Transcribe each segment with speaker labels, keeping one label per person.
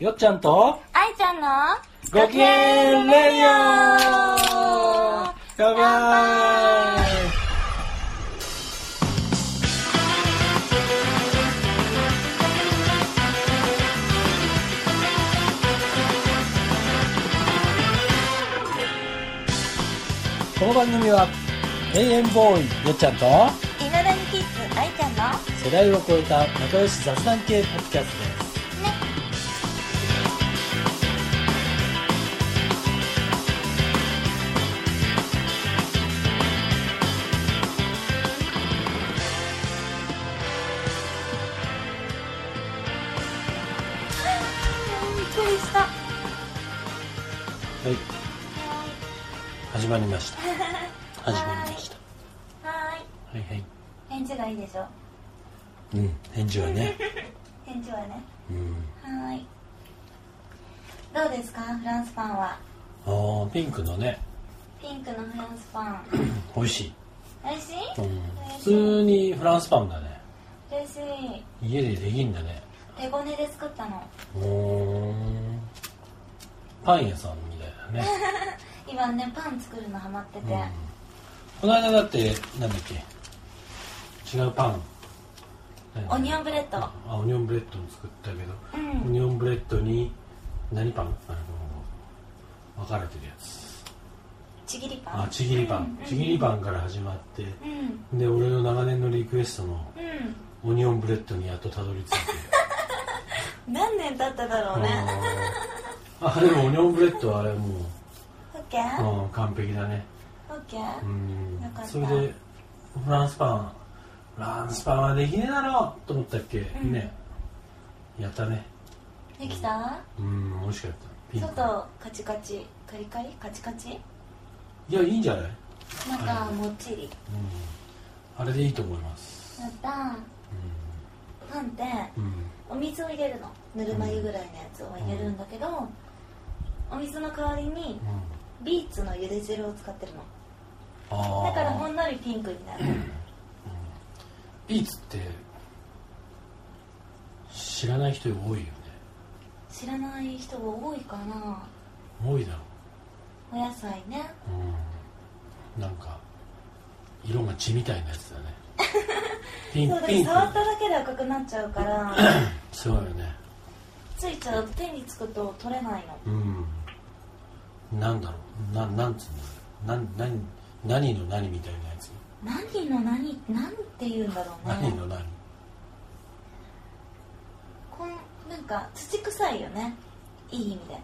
Speaker 1: よっちゃんと
Speaker 2: あいちゃんの
Speaker 1: ごきげんレディオ乾杯この番組は永遠ボーイよっちゃんと
Speaker 2: いまだにキッズあいちゃんのね
Speaker 1: 世代を超えた仲良し雑談系ポッドキャストです
Speaker 2: びっくりした
Speaker 1: はい始まりました始まりました
Speaker 2: は
Speaker 1: はいはい
Speaker 2: ーい返事がいいでしょ
Speaker 1: うん返事はね
Speaker 2: 返事はね
Speaker 1: うん
Speaker 2: はーいどうですかフランスパンは
Speaker 1: ああピンクのね
Speaker 2: ピンクのフランスパン
Speaker 1: 美味しい、
Speaker 2: 嬉しい
Speaker 1: うん、普
Speaker 2: 嬉しい
Speaker 1: 通にフランスパンだね
Speaker 2: 嬉しい
Speaker 1: 家でできんだね
Speaker 2: 手ごねで作ったの
Speaker 1: うーんパン屋さんみたいだね、
Speaker 2: 今ねパン作るのハマって
Speaker 1: うん
Speaker 2: て、
Speaker 1: この間だってなんだっけ違うパンなんだ
Speaker 2: オニオンブレッド
Speaker 1: あオニオンブレッドも作ったけど、
Speaker 2: う
Speaker 1: オ
Speaker 2: ん
Speaker 1: ニオンブレッドに何パンあの分かれてるやつ
Speaker 2: ちぎりパン
Speaker 1: あちぎりパン、
Speaker 2: うん
Speaker 1: ちぎりパンから始まって
Speaker 2: うんうん
Speaker 1: で俺の長年のリクエストの
Speaker 2: うん
Speaker 1: オニオンブレッドにやっとたどり着いて
Speaker 2: 何年経っただろうね
Speaker 1: あーあでもオニオンブレッドはあれもう
Speaker 2: オッケー
Speaker 1: うん、完璧だね。
Speaker 2: オッケー
Speaker 1: うん
Speaker 2: よかっ。た
Speaker 1: それで、フランスパン、フランスパンはできねえだろうと思ったっけ、
Speaker 2: ん
Speaker 1: ね。やったね。
Speaker 2: できた
Speaker 1: うん、美味しかった。ピンク。
Speaker 2: 外カチカチカリカリカチカチ
Speaker 1: いや、いいんじゃないうん。
Speaker 2: 中もっちり
Speaker 1: あれでいいと思います。
Speaker 2: やったーパンって
Speaker 1: うん。うん。
Speaker 2: お水を入れるのぬるま湯ぐらいのやつを入れるんだけど、お水の代わりに
Speaker 1: うん。
Speaker 2: ビーツのゆで汁を使ってるの
Speaker 1: あー
Speaker 2: だからほんのりピンクになる
Speaker 1: ビーツって、知らない人多いよね。
Speaker 2: 知らない人が多いかな
Speaker 1: 多いだろ
Speaker 2: お野菜ね
Speaker 1: う。うん。なんか、色が血みたいなやつ だね。ピン
Speaker 2: そ
Speaker 1: ク
Speaker 2: うだ、
Speaker 1: ピンク。
Speaker 2: 触っただけで赤くなっちゃうから
Speaker 1: そうよね
Speaker 2: ついちゃうと手につくと取れないの
Speaker 1: うんなんだろうななんつうんだろうなん何何の何みたいなやつ、
Speaker 2: 何の何なんて言うんだろうね
Speaker 1: 何の何
Speaker 2: こんなんか土臭いよねいい意味で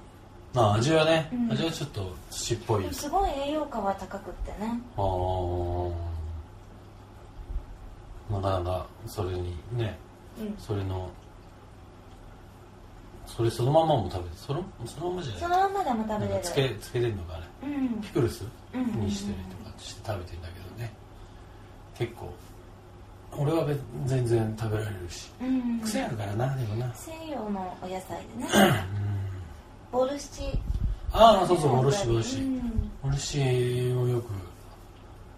Speaker 1: まあ味はね、
Speaker 2: うん
Speaker 1: 味はちょっと土っぽい
Speaker 2: でもすごい栄養価は高くってね
Speaker 1: あーなかなかそれにね
Speaker 2: うん
Speaker 1: それのそれそのままも食べてそのそのままじゃな
Speaker 2: そ
Speaker 1: い
Speaker 2: のままでも食べ
Speaker 1: なんか
Speaker 2: れ
Speaker 1: つ
Speaker 2: る
Speaker 1: けつけてんのかあれ
Speaker 2: うん
Speaker 1: ピクルス
Speaker 2: うんうんうん
Speaker 1: にしたりとかして食べてんだけどね結構俺は別全然食べられるし
Speaker 2: うん
Speaker 1: 癖あるからなでもな
Speaker 2: 西洋のお野菜でねボルシチ
Speaker 1: ああそうそうおろしおろし
Speaker 2: うん
Speaker 1: おろしをよく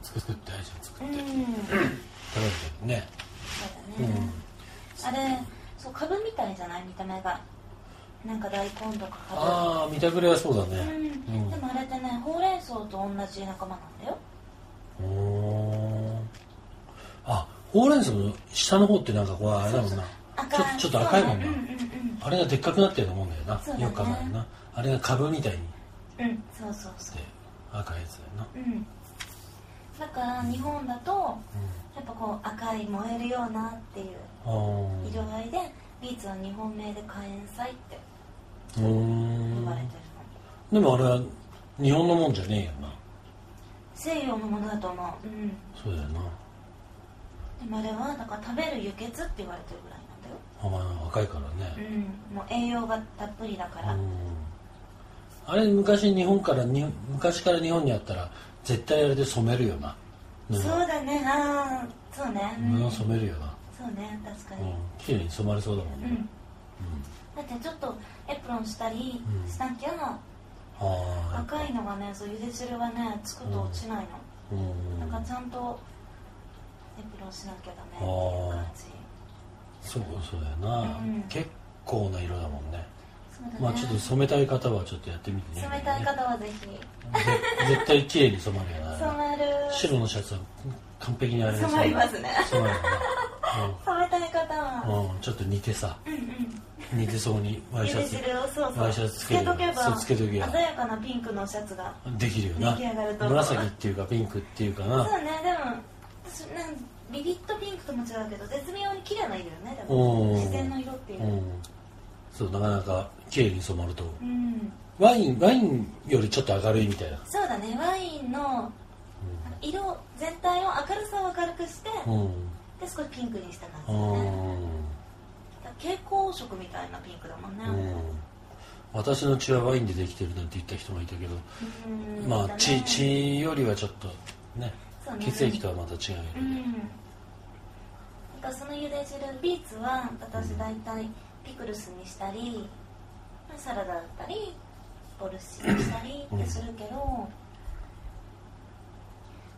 Speaker 1: 作って愛ちゃん作
Speaker 2: う
Speaker 1: っ
Speaker 2: ん
Speaker 1: て
Speaker 2: そう
Speaker 1: 食べてるね
Speaker 2: だ
Speaker 1: う
Speaker 2: ね
Speaker 1: ん
Speaker 2: あれそう株みたいじゃない見た目がなんか大根とか株
Speaker 1: ああ見たくれはそうだ
Speaker 2: う
Speaker 1: ね
Speaker 2: ん
Speaker 1: うん
Speaker 2: でもあれってねほうれん草と同じ仲間なんだよ
Speaker 1: おおーあほうれん草の下の方ってなんかこうあれだもんな
Speaker 2: 赤
Speaker 1: ちょちょっと赤いもんな
Speaker 2: そうねうんうんうん
Speaker 1: あれがでっかくなってると思うんだよ
Speaker 2: そうだ
Speaker 1: な
Speaker 2: ね
Speaker 1: よく考えるなあれが株みたいに
Speaker 2: うんそうそうそ
Speaker 1: し
Speaker 2: う
Speaker 1: て赤いやつだよな
Speaker 2: うんだから日本だとやっぱこう赤い燃えるようなっていう
Speaker 1: うん
Speaker 2: 色合いでビーツは日本名で火炎祭って
Speaker 1: うー
Speaker 2: 呼
Speaker 1: ん
Speaker 2: ばれてる
Speaker 1: で
Speaker 2: の
Speaker 1: もあれは日本のもんじゃねえよな
Speaker 2: 西洋のものだと思ううんで
Speaker 1: そうだよな
Speaker 2: もあれはだから食べる輸血って言われてるぐらいなんだよ
Speaker 1: お前は若いからね
Speaker 2: うんもう栄養がたっぷりだから
Speaker 1: うんあれ昔日本からに昔から日本にあったら絶対あれで染めるよな布
Speaker 2: そうだねああそうねうん
Speaker 1: 布
Speaker 2: そう
Speaker 1: 染めるよな、
Speaker 2: ね確か
Speaker 1: うん
Speaker 2: に、
Speaker 1: 綺麗に染まりそうだもん
Speaker 2: う
Speaker 1: ね、
Speaker 2: んだってちょっとエプロンしたり
Speaker 1: うん
Speaker 2: しなきゃ
Speaker 1: ああ
Speaker 2: 赤いのがねそうゆで汁がねつくと落ちないの、
Speaker 1: うん
Speaker 2: なんかちゃんとエプロンしなきゃダメっていう感じ
Speaker 1: そうそうだよな、
Speaker 2: うん
Speaker 1: 結構な色だもんね
Speaker 2: そそうだね
Speaker 1: まあちょっと染めたい方はちょっとやってみてね
Speaker 2: 染めたい方はぜひ
Speaker 1: ぜ絶対綺麗に染まるよな
Speaker 2: 染まる
Speaker 1: 白のシャツは完璧にあれが
Speaker 2: 染まりますね
Speaker 1: 染まるよ
Speaker 2: 染めたい方
Speaker 1: な
Speaker 2: は
Speaker 1: うん、うん、ちょっと似てさ
Speaker 2: うんうん
Speaker 1: 似てそうにワイシャ
Speaker 2: ゆで
Speaker 1: ツ
Speaker 2: 汁をそうそう
Speaker 1: ワイシャツつけ
Speaker 2: とけば
Speaker 1: そうつけとけば
Speaker 2: 鮮やかなピンクのシャツが
Speaker 1: できるよな
Speaker 2: 出来上がると思う
Speaker 1: 紫っていうかピンクっていうかな
Speaker 2: そうねでも私なんビビッとピンクとも違うけど絶妙に綺麗な色よねで
Speaker 1: うん
Speaker 2: も自然の色っていうう、
Speaker 1: んそうなかなか綺麗に染まると思う
Speaker 2: うん、
Speaker 1: ワインワインよりちょっと明るいみたいな
Speaker 2: そうだねワインの色全体を明るさを明るくして、
Speaker 1: うん
Speaker 2: で少しピンクにした感
Speaker 1: う
Speaker 2: じだね
Speaker 1: ん
Speaker 2: だから蛍光色みたいなピンクだもんね、
Speaker 1: うん私の血はワインでできてるなんて言った人もいたけど
Speaker 2: うん
Speaker 1: ま
Speaker 2: だ
Speaker 1: あ
Speaker 2: ね
Speaker 1: 血血よりはちょっとね
Speaker 2: そうね
Speaker 1: 血液とはまた違うよ
Speaker 2: う
Speaker 1: ね
Speaker 2: んなんかそのゆで汁ビーツは私大体ピクルスにしたりまあサラダだったりボルシチにしたりってするけど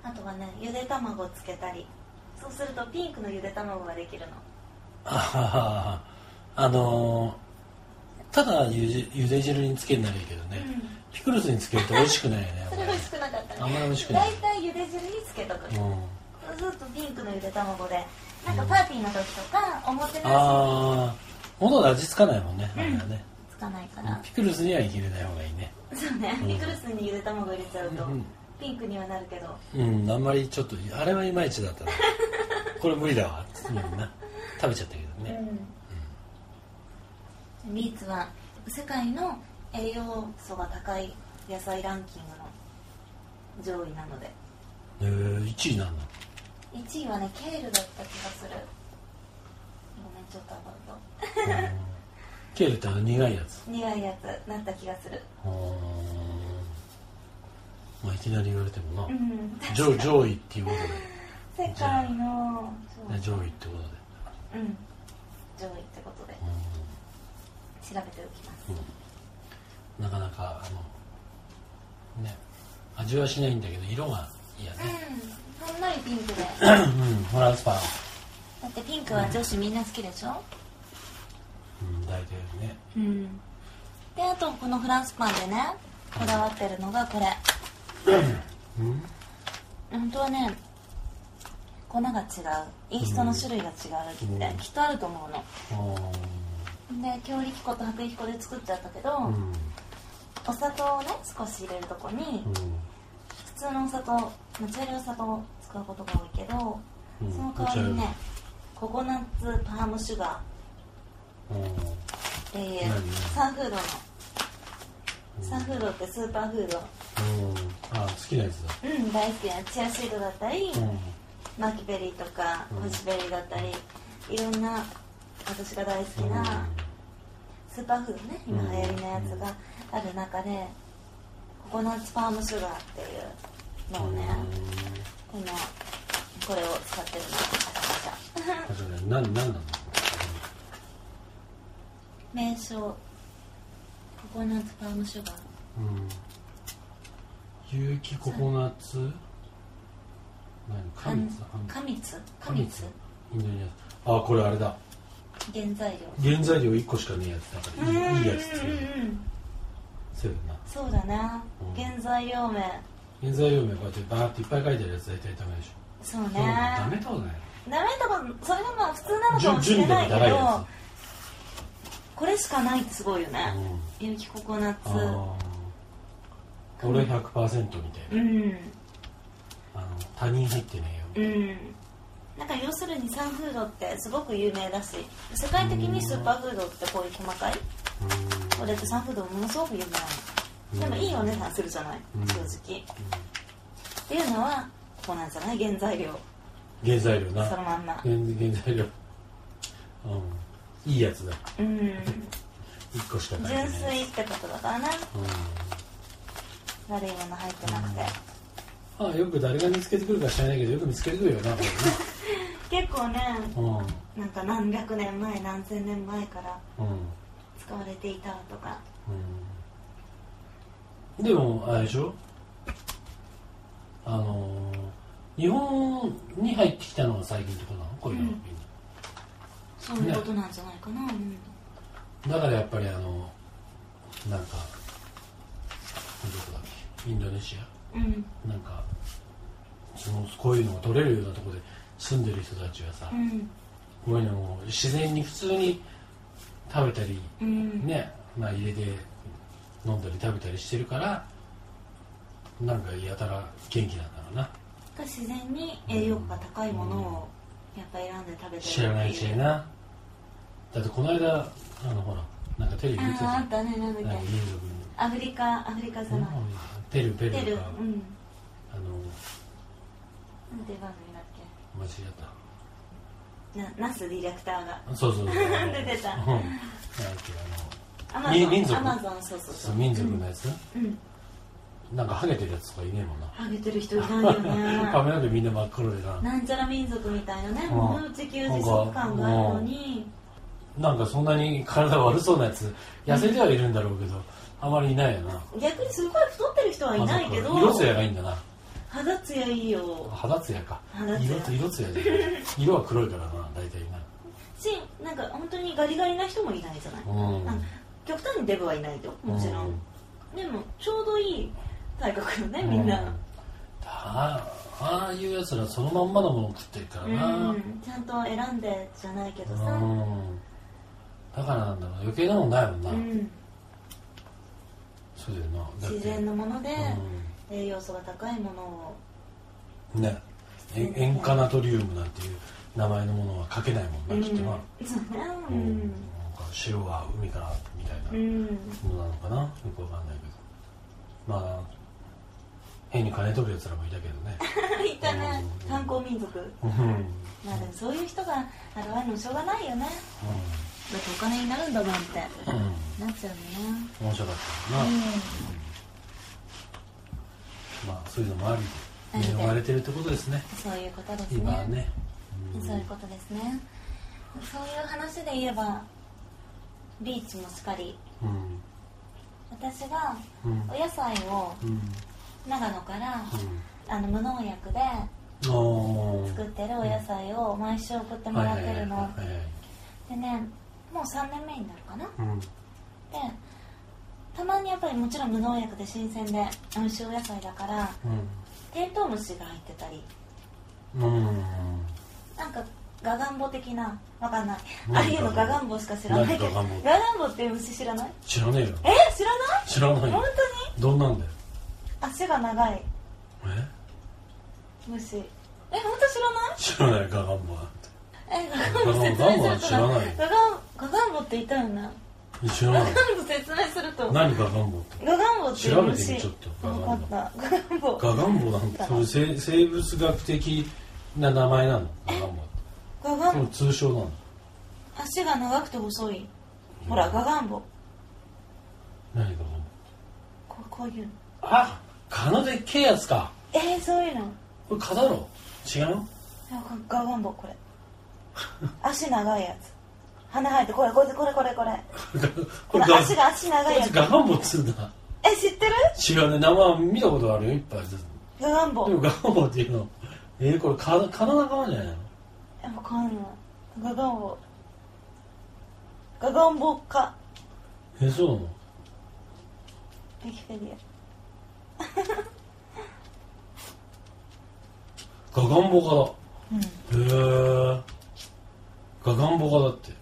Speaker 2: あとはねゆで卵つけたりそうするとピンクのゆで卵ができるの
Speaker 1: あははあのーただゆじゆで汁につけるならいいけどね、
Speaker 2: うん
Speaker 1: ピクルスにつけると美味しくないよねやっぱ
Speaker 2: それ
Speaker 1: り
Speaker 2: 美味しくなかったね
Speaker 1: あんまり美味しくない
Speaker 2: 大体ゆで汁につけとく
Speaker 1: うん
Speaker 2: そうするとピンクのゆで卵でなんかパーティーの時とかおもてな
Speaker 1: ああ物で味付かないもんね、あれはね
Speaker 2: しにつかないから
Speaker 1: ピクルスには入れない方がいいね
Speaker 2: そうね、ピクルスにゆで卵入れちゃうと、
Speaker 1: うん
Speaker 2: ピンクにはなるけど
Speaker 1: うんあんまりちょっとあれはいまいちだったなこれ無理だわうんな食べちゃったけどね、
Speaker 2: うんビーツは世界の栄養素が高い野菜ランキングの上位なので
Speaker 1: えー、1位なんだ
Speaker 2: 1位はねケールだった気がするごめんちょっとアバウト
Speaker 1: ケールってあの苦いやつ
Speaker 2: 苦いやつなった気がする
Speaker 1: あーまあいきなり言われてもな、
Speaker 2: うん
Speaker 1: 上上位っていうこと
Speaker 2: 世界のそう
Speaker 1: で、ね、上位ってことで、
Speaker 2: うん上位ってことで調べておきます
Speaker 1: うん、なかなかあのね味はしないんだけど色がいいやね
Speaker 2: うんほんのりピンクで
Speaker 1: うんフランスパン、
Speaker 2: だってピンクは女子みんな好きでしょ、
Speaker 1: うん、大体ね
Speaker 2: うん、であとこのフランスパンでねこだわってるのがこれ
Speaker 1: うん
Speaker 2: 本当はね粉が違うイーストの種類が違うって、
Speaker 1: うん
Speaker 2: きっとあると思うの
Speaker 1: あ
Speaker 2: で強力粉と薄力粉で作っちゃったけど、
Speaker 1: ーうん
Speaker 2: お砂糖をね少し入れるとこに、
Speaker 1: う
Speaker 2: 普通のお砂糖ナチュラルお砂糖を使うことが多いけど、
Speaker 1: うん
Speaker 2: その代わりにねココナッツパームシュガー
Speaker 1: んうん
Speaker 2: っていう
Speaker 1: 何
Speaker 2: サンフードのサンフードってスーパーフー
Speaker 1: う
Speaker 2: ド
Speaker 1: んあ好きなやつだ
Speaker 2: うん大好きなチアシードだったり、
Speaker 1: うん
Speaker 2: マキベリーとか
Speaker 1: うん
Speaker 2: ホジベリーだったりいろんな私が大好き
Speaker 1: うん
Speaker 2: なスーパーフードね今流行りのやつがある中でココナッツパームシュガーっていうのをね今これを使ってるのを買いました
Speaker 1: あそれ何何なの
Speaker 2: 名称ココナッツパームシュガー
Speaker 1: うん有機ココナッツ何カミツだ
Speaker 2: あの蜜
Speaker 1: カ
Speaker 2: 果
Speaker 1: ミ
Speaker 2: 蜜
Speaker 1: ツインドのやつあこれあれだ
Speaker 2: 原材料
Speaker 1: 原材料一個しかねえやつだからいいいいやつ作
Speaker 2: う
Speaker 1: る
Speaker 2: んうんうん
Speaker 1: そうやな
Speaker 2: そうだね
Speaker 1: うん
Speaker 2: 原材料名
Speaker 1: 原材料名こうやってバーっていっぱい書いてあるやつ大体ダメでしょ
Speaker 2: そうね
Speaker 1: そういうのダメってことない
Speaker 2: ダメとかそれがまあ普通なのか
Speaker 1: 順
Speaker 2: もしれ
Speaker 1: 順位でも
Speaker 2: ないけ
Speaker 1: 高い
Speaker 2: ど
Speaker 1: や
Speaker 2: これしかないってすごいよ
Speaker 1: つ
Speaker 2: ね
Speaker 1: うん
Speaker 2: 有機ココナッツ
Speaker 1: ああ俺100%みたいな
Speaker 2: うん
Speaker 1: あの他人入ってねえ
Speaker 2: う
Speaker 1: よ
Speaker 2: んなんか要するにサンフードってすごく有名だし世界的にスーパーフードってこういう細かいこれってサンフードものすごく有名なのでもいいお値段するじゃない
Speaker 1: うん
Speaker 2: 正直っていうのはここなんじゃない原材料
Speaker 1: 原材料な
Speaker 2: そのまんま
Speaker 1: 原原材料うんいいやつだ
Speaker 2: うん
Speaker 1: 1個しかない
Speaker 2: 純粋ってことだからね悪いもの入ってなくて
Speaker 1: うんあよく誰が見つけてくるか知らないけどよく見つけてくるよなこ
Speaker 2: 結構ね
Speaker 1: れね
Speaker 2: なんか何百年前何千年前から
Speaker 1: うんうん
Speaker 2: 使われていたとか
Speaker 1: うんでもあれでしょあのー日本に入ってきたのが最近ってことなのこういうの、
Speaker 2: うんそういうことなんじゃないかな、うん
Speaker 1: だからやっぱりあのなんかどこだっけインドネシ
Speaker 2: うん
Speaker 1: アなんかそのこういうのが取れるようなところで住んでる人たちはさ、
Speaker 2: うん
Speaker 1: こういうのを自然に普通に食べたり
Speaker 2: うん
Speaker 1: ね、まあ、家で飲んだり食べたりしてるからなんかやたら元気なんだろうな
Speaker 2: が自然に栄養価が高いものをやっぱ選んで食べてるっていう
Speaker 1: 知らないうちになだってこの間あのほらなんかテレビ見てたじ
Speaker 2: ああ
Speaker 1: ゃ
Speaker 2: あったねなんだ
Speaker 1: んなんか
Speaker 2: っけ
Speaker 1: 民族
Speaker 2: アフリカアフリカじゃ
Speaker 1: に
Speaker 2: ない
Speaker 1: ペルーペル
Speaker 2: 出
Speaker 1: ー
Speaker 2: る
Speaker 1: とか
Speaker 2: う
Speaker 1: あ
Speaker 2: ん
Speaker 1: の
Speaker 2: なんていう番組だっ
Speaker 1: 間違
Speaker 2: けなナスディレクターが
Speaker 1: ったそうそうそう
Speaker 2: 出て
Speaker 1: うん
Speaker 2: た
Speaker 1: なんだっけ
Speaker 2: ア
Speaker 1: あ
Speaker 2: マ
Speaker 1: の
Speaker 2: ゾ
Speaker 1: み
Speaker 2: ン
Speaker 1: 民族
Speaker 2: アマゾンそうそ
Speaker 1: そ
Speaker 2: うそうう
Speaker 1: 民族のやつ、
Speaker 2: うんうん
Speaker 1: なんかハゲてるやつとかいねえもんな
Speaker 2: ハゲてる人いない よね
Speaker 1: 髪の毛みんな真っ黒でな
Speaker 2: なんちゃら民族みたいなね
Speaker 1: うん
Speaker 2: もう自給自足感があるのに
Speaker 1: なんかそんなに体悪そうなやつ痩せてはいるんだろうけど、あまりいないよな
Speaker 2: 逆にすごい太ってる人はいないけど
Speaker 1: あそっか色艶がいいんだな
Speaker 2: 肌ツヤいいよ
Speaker 1: 肌艶か
Speaker 2: 肌艶
Speaker 1: 色と色艶じゃない色は黒いからな大体な
Speaker 2: しなんか本当にガリガリな人もいないじゃない
Speaker 1: うん
Speaker 2: なんか極端にデブはいないよもちろん、でもちょうどいい体格よねみんな、
Speaker 1: うだああいうやつらそのまんまのものを食ってるからな
Speaker 2: う、ん、ちゃんと選んでじゃないけどさ、
Speaker 1: うんだからなんだろう余計なもんないもんな、
Speaker 2: うん、
Speaker 1: そうだよなだって
Speaker 2: 自然のもので栄養素が高いものを
Speaker 1: うんねえ塩化ナトリウムなんていう名前のものはかけないもんな、
Speaker 2: うん
Speaker 1: きっとな、
Speaker 2: そうねう
Speaker 1: うんなん
Speaker 2: ん
Speaker 1: か塩は海からみたいな、
Speaker 2: うん
Speaker 1: のなのかなよくわかんないけどまあ変に金取るやつらもいたけどね
Speaker 2: いたね炭鉱民族
Speaker 1: うん、うん
Speaker 2: まあでもそういう人が現れるのもしょうがないよねだってお金になるんだもんって
Speaker 1: うん、
Speaker 2: なっちゃうよね
Speaker 1: 面白かったな、まあそういうのもありで
Speaker 2: はい
Speaker 1: 恵まれてるってことですね
Speaker 2: そういうことです
Speaker 1: 今は
Speaker 2: ね
Speaker 1: ね、うん
Speaker 2: そういうことですねそういう話で言えばビーチもしっかり
Speaker 1: うん
Speaker 2: 私が
Speaker 1: うん
Speaker 2: お野菜を
Speaker 1: うん
Speaker 2: 長野からあの無農薬で
Speaker 1: うんおー
Speaker 2: 作ってるお野菜を毎週送っても
Speaker 1: はい
Speaker 2: らっ
Speaker 1: はいは
Speaker 2: て
Speaker 1: いは
Speaker 2: る
Speaker 1: い
Speaker 2: の
Speaker 1: はい
Speaker 2: でねもう3年目になるかな
Speaker 1: うん
Speaker 2: でたまにやっぱりもちろん無農薬で新鮮で美味しいお野菜だからテントウムシが入ってたり
Speaker 1: うんうん
Speaker 2: なんかガガンボ的なわかんない
Speaker 1: 何
Speaker 2: ああいうのガガンボしか知らないけど
Speaker 1: 何ガガンボ
Speaker 2: ガガンボっていう虫知らない
Speaker 1: 知らねえよ
Speaker 2: え知らな
Speaker 1: 知らな
Speaker 2: い
Speaker 1: い
Speaker 2: 本
Speaker 1: よ
Speaker 2: 当に
Speaker 1: どんなんだよ
Speaker 2: 足が長い
Speaker 1: え
Speaker 2: 虫え本当知ら
Speaker 1: 知ら
Speaker 2: ない
Speaker 1: ないガガンボなんて
Speaker 2: えガガンボ説明すると
Speaker 1: ガガンボは知らない
Speaker 2: ガガンガガンボっていたよね
Speaker 1: 知ら
Speaker 2: ガ
Speaker 1: な
Speaker 2: ガ
Speaker 1: い
Speaker 2: ンボ説明するとガ
Speaker 1: 何ガガンボって
Speaker 2: ガンボってい
Speaker 1: 調
Speaker 2: う虫
Speaker 1: べてみちょっとガガンボ
Speaker 2: 分かったガガンボ
Speaker 1: ガガンボなんてそういう生生物学的な名前なのガガンボって
Speaker 2: ガガ
Speaker 1: そ
Speaker 2: ン
Speaker 1: の
Speaker 2: ボ
Speaker 1: 通称なの
Speaker 2: 足が長くて細いほらガガンボ
Speaker 1: 何ガガンボ
Speaker 2: こうこういうの
Speaker 1: あ蚊のでっけえやつか
Speaker 2: えー、そういうの
Speaker 1: これ蚊だろ違う の
Speaker 2: なんかガガンボこれ 足長いやつ鼻生えてこれこれこれこれこれ
Speaker 1: こ
Speaker 2: こ
Speaker 1: れ
Speaker 2: の
Speaker 1: ガ
Speaker 2: 足が足長いやつ
Speaker 1: ガガンボっつうんだ
Speaker 2: え知ってる
Speaker 1: 違うね名前見たことあるよいっぱいで
Speaker 2: ガガンボ
Speaker 1: もガガンボっていうのえー、これ蚊蚊の仲間じゃないの
Speaker 2: えわかんないガガンボガガンボか
Speaker 1: えー、そうなの
Speaker 2: ウィキペディ
Speaker 1: ガガンボ蚊だ
Speaker 2: アうん
Speaker 1: へえガガンボがだって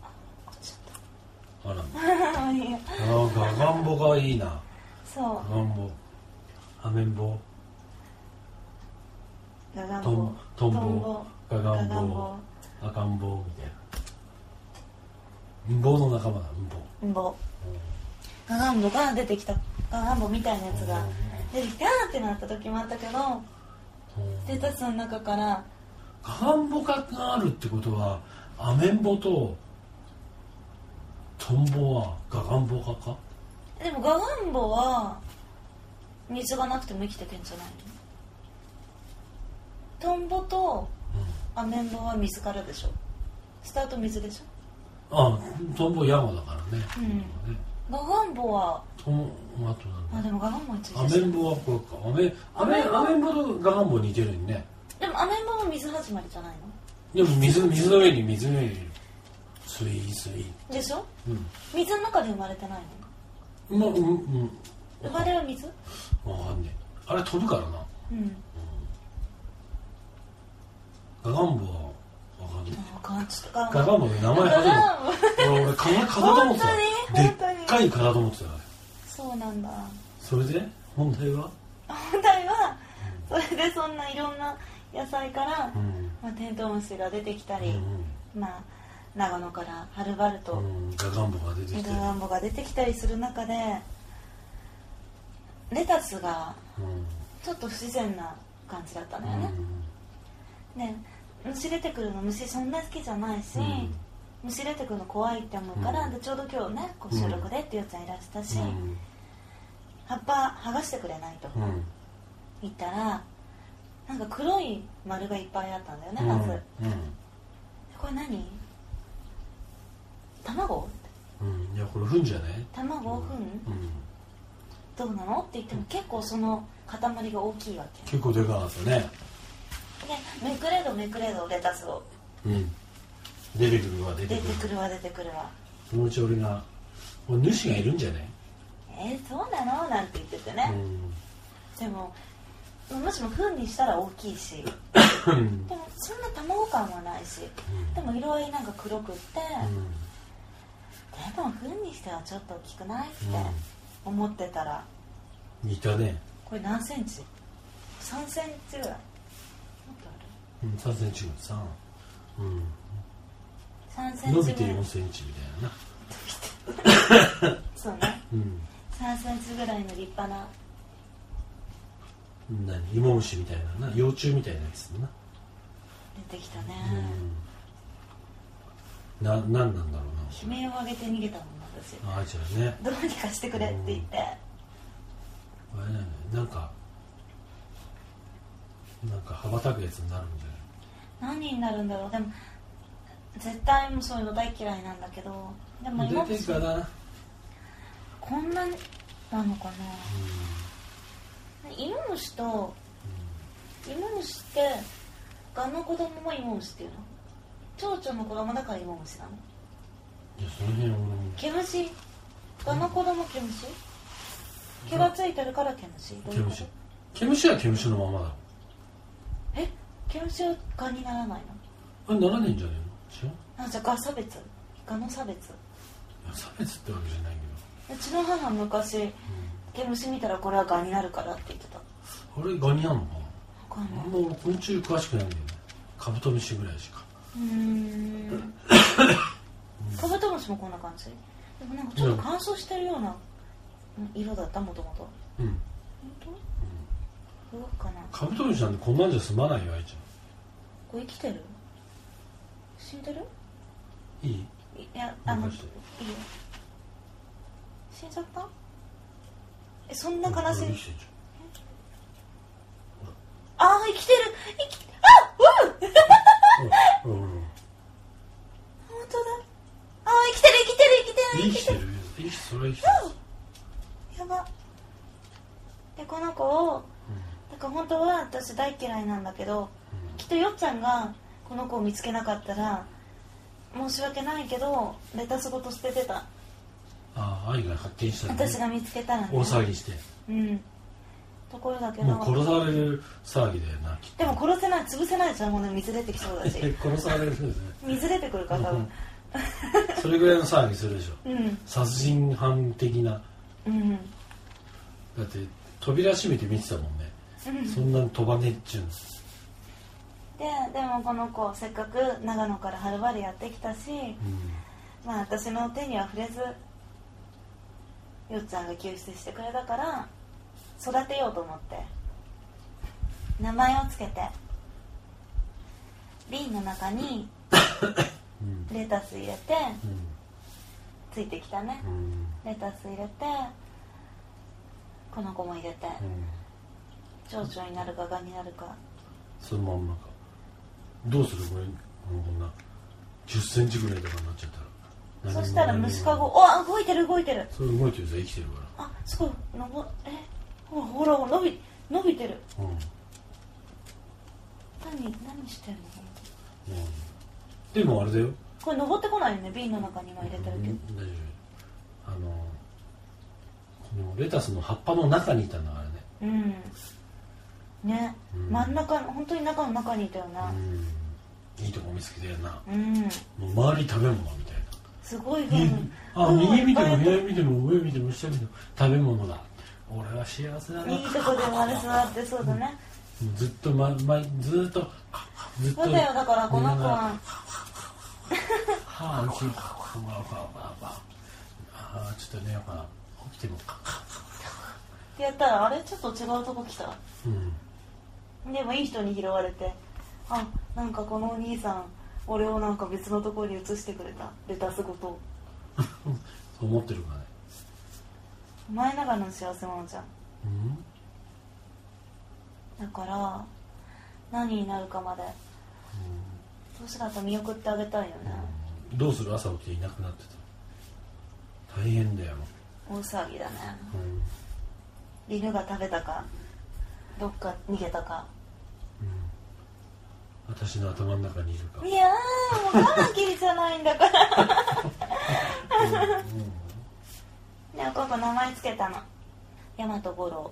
Speaker 1: あらあーガガンボがいいな
Speaker 2: そ
Speaker 1: ガガンボアメンボ
Speaker 2: うガガン
Speaker 1: ト
Speaker 2: ボ
Speaker 1: ントンボガガ
Speaker 2: ガ
Speaker 1: ン
Speaker 2: ガン
Speaker 1: ボ
Speaker 2: ボ
Speaker 1: 赤ん坊みたいなうんぼの仲間だうんぼ
Speaker 2: んぼガガンボが出てきたガガンボみたいなやつが出てきてあーってなった時もあったけどステータスの中から
Speaker 1: ガガンボががあるってことはアメンボとトンボはガガンボがか
Speaker 2: でもガガンボは水がなくても生きてけんじゃないのトンボと
Speaker 1: うん
Speaker 2: アメンボは水からでしょスタート水でし
Speaker 1: あトンボ山だからね
Speaker 2: うんょガガンボは
Speaker 1: トンあとなんだ
Speaker 2: あでもガガンボについ
Speaker 1: ア
Speaker 2: て
Speaker 1: メンボはこれかアメアメアメンボとガガンボ似てるよね
Speaker 2: でもアメンボは水始まりじゃないの
Speaker 1: でも水水の上に水の上に水水
Speaker 2: でしょ
Speaker 1: うん
Speaker 2: 水の中で生まれてないの
Speaker 1: まあうんうん
Speaker 2: 生まれは水
Speaker 1: わかんねえあれ飛ぶからな
Speaker 2: うん
Speaker 1: ガガンボはわかんね
Speaker 2: あかんちょっと
Speaker 1: えガガンボの名前
Speaker 2: ガ
Speaker 1: 初め
Speaker 2: ガンボ
Speaker 1: て俺俺蚊蚊だと思って
Speaker 2: 本当
Speaker 1: た
Speaker 2: に
Speaker 1: で
Speaker 2: 本当に
Speaker 1: っかい蚊だと思ってたよあれ
Speaker 2: そうなんだ
Speaker 1: それで本題は
Speaker 2: 本題はそれでそんないろんな野菜から、
Speaker 1: うん
Speaker 2: まあ、テントウムシが出てきた
Speaker 1: う
Speaker 2: り、
Speaker 1: ん
Speaker 2: まあ長野からはるばる
Speaker 1: う
Speaker 2: と
Speaker 1: んガガンボが出てきて
Speaker 2: 枝ガンボが出てきたりする中でレタスが
Speaker 1: うん
Speaker 2: ちょっと不自然な感じだった
Speaker 1: う
Speaker 2: のよね、
Speaker 1: ん
Speaker 2: ね虫出てくるの虫そんな好きじゃないし、
Speaker 1: うん
Speaker 2: 虫出てくるの怖いって思うから、
Speaker 1: うん
Speaker 2: でちょうど今日ねこう収録でっていうやつゃんいらしたし、
Speaker 1: うん
Speaker 2: 葉っぱ剥がしてくれないと
Speaker 1: うん
Speaker 2: 言ったらなんか黒い丸がいっぱいあったんだよね、まず
Speaker 1: う
Speaker 2: これ何卵
Speaker 1: んうんいやこれ糞じゃない
Speaker 2: 卵を糞
Speaker 1: うん
Speaker 2: どうなのって言っても結構その塊が大きいわけ
Speaker 1: 結構でかかったね
Speaker 2: でめくれどめくれどレタスを
Speaker 1: うん出てくるわ出
Speaker 2: 出
Speaker 1: て
Speaker 2: て
Speaker 1: くる
Speaker 2: くるわ出てくるわ
Speaker 1: そのうち俺が俺主がいるんじゃない
Speaker 2: えー、そうなのなんて言っててね、でももしも糞にしたら大きいしで
Speaker 1: うん
Speaker 2: もそんな卵感はないしでも色合いなんか黒くって、
Speaker 1: うん
Speaker 2: でも糞にしてはちょっと大きくないって
Speaker 1: う
Speaker 2: 思ってたら
Speaker 1: んいたね
Speaker 2: これ何センチ ?3 センチぐらいもっとある
Speaker 1: うん3センチぐらいさうん
Speaker 2: 3センチぐらい
Speaker 1: 伸びて4センチみたいなな
Speaker 2: そうね
Speaker 1: う
Speaker 2: 3センチぐらいの立派なん
Speaker 1: 何芋虫みたいなな幼虫みたいなやつだな
Speaker 2: 出てきたね、
Speaker 1: うんな何なんだろう
Speaker 2: 悲鳴を上げて逃げたもん私
Speaker 1: なあいちゃんね
Speaker 2: どうにかしてくれって言って
Speaker 1: あれだよねなんかなんか羽ばたくやつになるんじゃない
Speaker 2: 何になるんだろうでも絶対もうそういうの大嫌いなんだけどでも今
Speaker 1: 出てるかな
Speaker 2: こんなになのかな芋虫と芋虫ってガの子供も芋虫っていうの蝶々の子供だから芋虫なの
Speaker 1: いやその辺俺も
Speaker 2: 毛虫ガの子供毛虫毛がついてるから毛虫どう
Speaker 1: 毛
Speaker 2: いうこと
Speaker 1: 虫毛虫は毛虫のままだろ
Speaker 2: え毛虫はガにならないの
Speaker 1: あれならねえんじゃねえの違う
Speaker 2: あじゃあガ差別ガの差別
Speaker 1: いや差別ってわけじゃないけ
Speaker 2: うちの母昔毛虫見たらこれはガになるからって言ってた
Speaker 1: ど、うん、あれガにあんのか
Speaker 2: ガ
Speaker 1: なあん
Speaker 2: の
Speaker 1: ま俺昆虫詳しくないんだよねカブトムシぐらいしか
Speaker 2: うーんカブトムシもこんな感じでもなんかちょっと乾燥してるような色だったもともと
Speaker 1: うん
Speaker 2: 本当動くかな
Speaker 1: カブトムシなんてこんなんじゃ済まないよ愛ち
Speaker 2: これ生きてる死んでる
Speaker 1: ゃんいい
Speaker 2: いやあのいい
Speaker 1: 残
Speaker 2: よ
Speaker 1: して
Speaker 2: 死んじゃったえそんな悲し
Speaker 1: うん
Speaker 2: い
Speaker 1: 生きてんじ
Speaker 2: ああ生きてる生きあうん
Speaker 1: ゃんほらほらほら
Speaker 2: 本当だああ生きてる生きてる生きて
Speaker 1: 生
Speaker 2: る生
Speaker 1: き
Speaker 2: きて
Speaker 1: て
Speaker 2: る
Speaker 1: る生きてそれは生きて
Speaker 2: やばでこの子をだから本当は私大嫌いなんだけどきっとよっちゃんがこの子を見つけなかったら申し訳ないけどレタスごと捨ててた
Speaker 1: ああ愛が発見したのね
Speaker 2: 私が見つけたらね
Speaker 1: 大騒ぎして
Speaker 2: うんところだけど
Speaker 1: もう殺される騒ぎだよなきっ
Speaker 2: でも殺せない潰せないじゃんもうね水出てきそうだし
Speaker 1: と殺されるよね
Speaker 2: 水出てくるから多分
Speaker 1: それぐらいの騒ぎするでしょ
Speaker 2: うん
Speaker 1: 殺人犯的な
Speaker 2: うん
Speaker 1: だって扉閉めて見てたもんね、そんなに飛ばねえっちゅうの
Speaker 2: ででもこの子せっかく長野からはるばるやってきたし、まあ私の手には触れずよっちゃんが救出してくれたから育てようと思って名前をつけて瓶の中に
Speaker 1: うん
Speaker 2: レタス入れて
Speaker 1: う
Speaker 2: ついてきたね
Speaker 1: んうん
Speaker 2: レタス入れてこの子も入れて
Speaker 1: うん
Speaker 2: 蝶々になるかガになるか
Speaker 1: そのまんまかどうするこれもうこんな1 0センチぐらいとかになっちゃったら
Speaker 2: そしたら
Speaker 1: 何も
Speaker 2: 虫かごおあ動いてる動いてる
Speaker 1: それ動いてるさ生きてるか
Speaker 2: あすごいのぼえほらほらほら伸び伸びてる
Speaker 1: らうん、うん、
Speaker 2: 何何してんの
Speaker 1: でもあれだよ
Speaker 2: これ登ってこないよね瓶の中に今入れてるけど
Speaker 1: うん大丈夫あのもうレタスの葉っぱの中にいたんだからね
Speaker 2: うんね、
Speaker 1: うん
Speaker 2: 真ん中の本当に中の中にいたよね
Speaker 1: うんいいとこ見つけてやな
Speaker 2: うん、
Speaker 1: もう周り食べ物みたい
Speaker 2: すごい
Speaker 1: な、
Speaker 2: 風に
Speaker 1: あ
Speaker 2: うん
Speaker 1: 右見ても
Speaker 2: いっぱい
Speaker 1: 左見ても上見ても下見ても食べ物だ俺は幸せだない
Speaker 2: いとこで生まれ育ってそうだね
Speaker 1: もうずっと、まま、ずーっとずっと
Speaker 2: そうだよだからこの子は
Speaker 1: はあ、うち、わわわわ。ああ、ちょっとね、やっぱ、起きても。
Speaker 2: ってやったらあれちょっと違うとこ来た
Speaker 1: うん。
Speaker 2: でもいい人に拾われてあなんかこのお兄さん俺をなんか別のところに移してくれたレタスごと
Speaker 1: そう思ってるからね。
Speaker 2: お前ながらの幸せ者じゃん
Speaker 1: うん。
Speaker 2: だから何になるかまで年だと見送ってあげたいよね
Speaker 1: うんどうする朝起きていなくなってた。大変だよ。
Speaker 2: 大騒ぎだね
Speaker 1: うん。
Speaker 2: 犬が食べたかどっか逃げたか
Speaker 1: 私の頭の中にいるか。
Speaker 2: いやーもうカマキリじゃないんだから
Speaker 1: うん
Speaker 2: でもここ名前つけたの大和五郎
Speaker 1: ゴロ。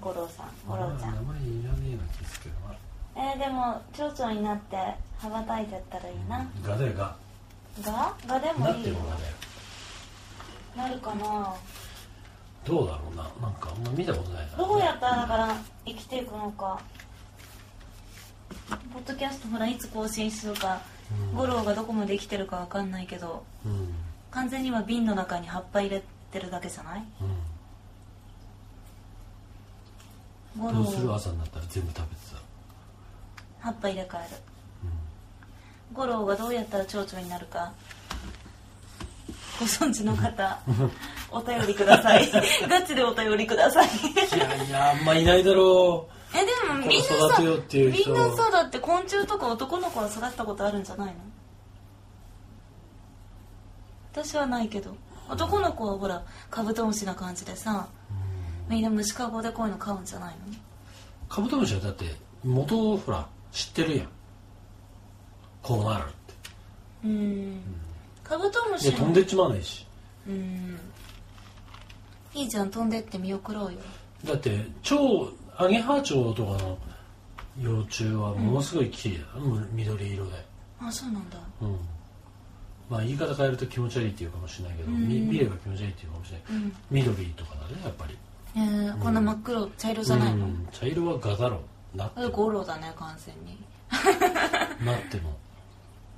Speaker 2: 五郎さん五
Speaker 1: あら
Speaker 2: 郎ちゃん
Speaker 1: 名前いらねえな気すけどな。
Speaker 2: えー、でも蝶々になって羽ばたいてったらいいな
Speaker 1: ガだよが。
Speaker 2: ががでも
Speaker 1: なっ
Speaker 2: いい
Speaker 1: て
Speaker 2: よ
Speaker 1: もガだよ。
Speaker 2: なるかな
Speaker 1: どうだろうな。なんかあんま見たことないな。
Speaker 2: どうやったらだから生きていくのかポッドキャストほらいつ更新するか
Speaker 1: うん
Speaker 2: 五郎がどこまで生きてるかわかんないけど
Speaker 1: うん。うん。
Speaker 2: 完全には瓶の中に葉っぱ入れてるだけじゃない五
Speaker 1: どうする
Speaker 2: 郎
Speaker 1: 朝になったら全部食べ てた。
Speaker 2: 葉っぱ入れ替える
Speaker 1: うん
Speaker 2: 五郎がどうやったら蝶々になるかご存知の方 お便りください ガチでお便りください
Speaker 1: いやいや、あんまいないだろ
Speaker 2: えでもみんな
Speaker 1: こう育
Speaker 2: さ
Speaker 1: てようっていう
Speaker 2: み
Speaker 1: 人
Speaker 2: んなさだって昆虫とか男の子は育ったことあるんじゃないの私はないけど男の子はほらカブトムシな感じでさ
Speaker 1: う。うん
Speaker 2: みんな虫かごでこういうの飼うんじゃないの
Speaker 1: カブトムシはだって、元をほら、知ってるやん。こうなるって。
Speaker 2: うんカブトム
Speaker 1: で、
Speaker 2: シ
Speaker 1: 飛
Speaker 2: の
Speaker 1: んでっちまわないし。
Speaker 2: うんいいじゃん飛んでって見送ろうよ
Speaker 1: だって、蝶、アゲハチョウとかの幼虫はものすごい綺麗だ、む緑色で。
Speaker 2: あそうなんだ
Speaker 1: うん。まあ、言い方変えると気持ち悪いっていうかもしれないけど、
Speaker 2: うん
Speaker 1: み見れば気持ち悪いっていうかもしれない。
Speaker 2: うん
Speaker 1: 緑とかだね、やっぱり。
Speaker 2: えーこんな真っ黒茶色じゃないの、
Speaker 1: うん茶色はガだろう。なっ
Speaker 2: こ
Speaker 1: て
Speaker 2: れ
Speaker 1: も。
Speaker 2: ゴロだね完全に
Speaker 1: なっても。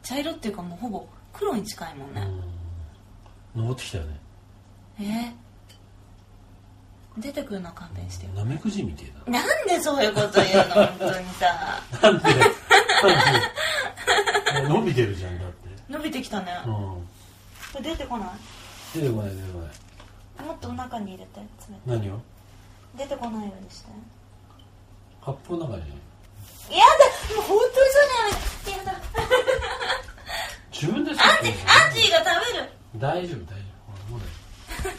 Speaker 2: 茶色っていうかもうほぼ黒に近いもん
Speaker 1: う
Speaker 2: ね、
Speaker 1: ん。登ってきたよね。
Speaker 2: えー出てくるのは勘弁してよ
Speaker 1: ナメクジみてえだな。
Speaker 2: なんでそういうこと言うの本当にさ
Speaker 1: なんで伸びてるじゃんだって。
Speaker 2: 伸びてきたね、
Speaker 1: うん。
Speaker 2: これ出てこない
Speaker 1: 出てこない出てこない。
Speaker 2: もっとお腹に入れて詰めて
Speaker 1: 何を
Speaker 2: 出てこないようにして
Speaker 1: 発泡の中に。
Speaker 2: やだもう本当にそうだよやだ
Speaker 1: 自分で
Speaker 2: アン
Speaker 1: て
Speaker 2: ジ
Speaker 1: る
Speaker 2: アンジーが食べる
Speaker 1: 大丈夫大丈夫。ほらもう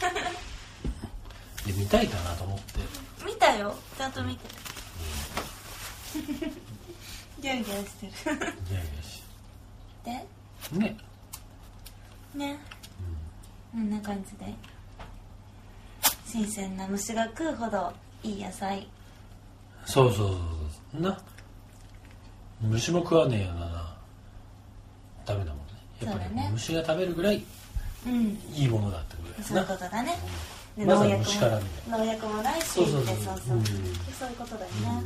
Speaker 1: だよ。で見たいかなと思って。
Speaker 2: 見たよちゃんと見てギャンギャンしてる
Speaker 1: いやいやし。
Speaker 2: で
Speaker 1: ね。
Speaker 2: ねこんな感じで新鮮な虫が食うほどいい野菜
Speaker 1: そうそうそうそう。な。虫も食わねえよな。ダメだもんね。やっぱ
Speaker 2: そう
Speaker 1: り、
Speaker 2: だね
Speaker 1: 虫が食べるぐらい
Speaker 2: うん
Speaker 1: いいものだってことだよ
Speaker 2: そういうことだねで
Speaker 1: まずは
Speaker 2: 農薬も
Speaker 1: 虫からみた
Speaker 2: 農薬もないし
Speaker 1: そうそうそう
Speaker 2: でそうそう
Speaker 1: うん
Speaker 2: そういうことだよね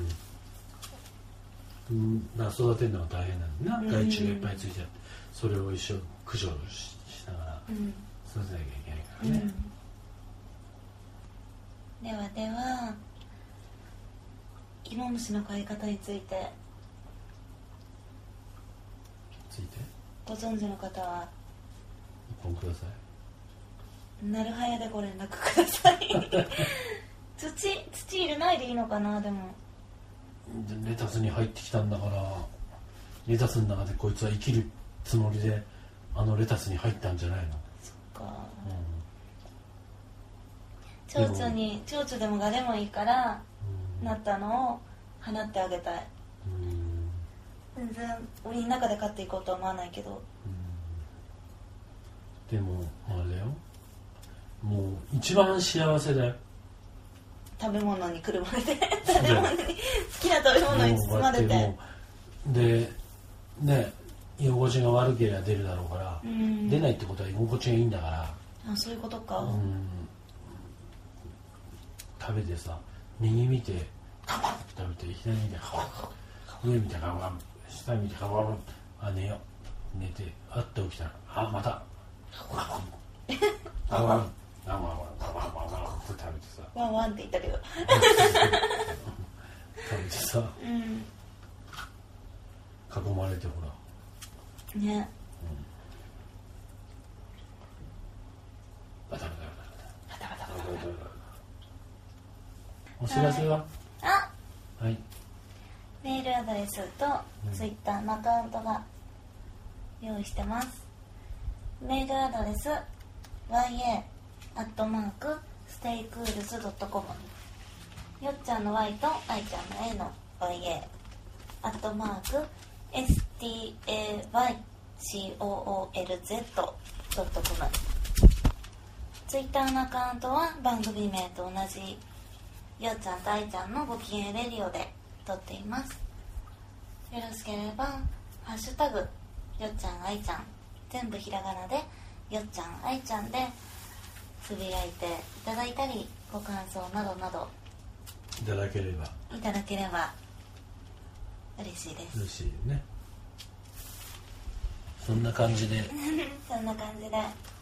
Speaker 1: うんうん、だから育てるのは大変なんだな、害虫がいっぱいついちゃってそれを一生駆除ししながら
Speaker 2: うん、
Speaker 1: 育てなきゃいけないか
Speaker 2: う
Speaker 1: ら
Speaker 2: ん
Speaker 1: ね、
Speaker 2: ではでは芋虫の飼い方について
Speaker 1: ついて
Speaker 2: ご存知の方は
Speaker 1: 一本ください
Speaker 2: なるはやでご連絡ください 土土入れないでいいのかなでも
Speaker 1: レタスに入ってきたんだからレタスの中でこいつは生きるつもりであのレタスに入ったんじゃないの、
Speaker 2: か
Speaker 1: うんうん
Speaker 2: 蝶々に蝶々でもがでもいいからなったのを放ってあげたい
Speaker 1: うんうん
Speaker 2: 全然檻の中で飼っていこうとは思わないけど
Speaker 1: でもあれだよもう一番幸せだよ
Speaker 2: 食べ物にくる まれて食べ物に好きな食べ物に包まれ
Speaker 1: もうこ
Speaker 2: て
Speaker 1: うやってもうでね汚しが悪ければ出るだろうから、
Speaker 2: うん
Speaker 1: 出ないってことは居心地がいいんだから、
Speaker 2: あそういうことか、
Speaker 1: うん食べてさ右見てカバッ食べて左見てカバッ上見てカバッ下見てカバッあ寝よう寝てあって起きたらあまたカバッカバッカバッカバッカバッカバッって食べてさ
Speaker 2: ワンワンって言ったけど
Speaker 1: 食べてさ
Speaker 2: う
Speaker 1: 囲まれてほら
Speaker 2: んね
Speaker 1: バタバタバ
Speaker 2: バタバタ
Speaker 1: タ
Speaker 2: バ
Speaker 1: バタバタバ
Speaker 2: タ
Speaker 1: タお知らせは
Speaker 2: あ
Speaker 1: はい
Speaker 2: メールアドレスと
Speaker 1: うん
Speaker 2: ツイッターのアカウントが用意してますメールアドレス ya アットマークステイクールズ .com よっちゃんの Y とあいちゃんの A の ya アットマーク staycoolz.com ツイッターのアカウントは番組名と同じよっちゃんとあいちゃんのご機嫌レディオで撮っていますよろしければ「ハッシュタグよっちゃんあいちゃん」全部ひらがなで「よっちゃんあいちゃん」でつぶやいていただいたりご感想などなど
Speaker 1: いただければ
Speaker 2: いただければ嬉しいで す
Speaker 1: 嬉しいねそんな感じで
Speaker 2: そんな感じで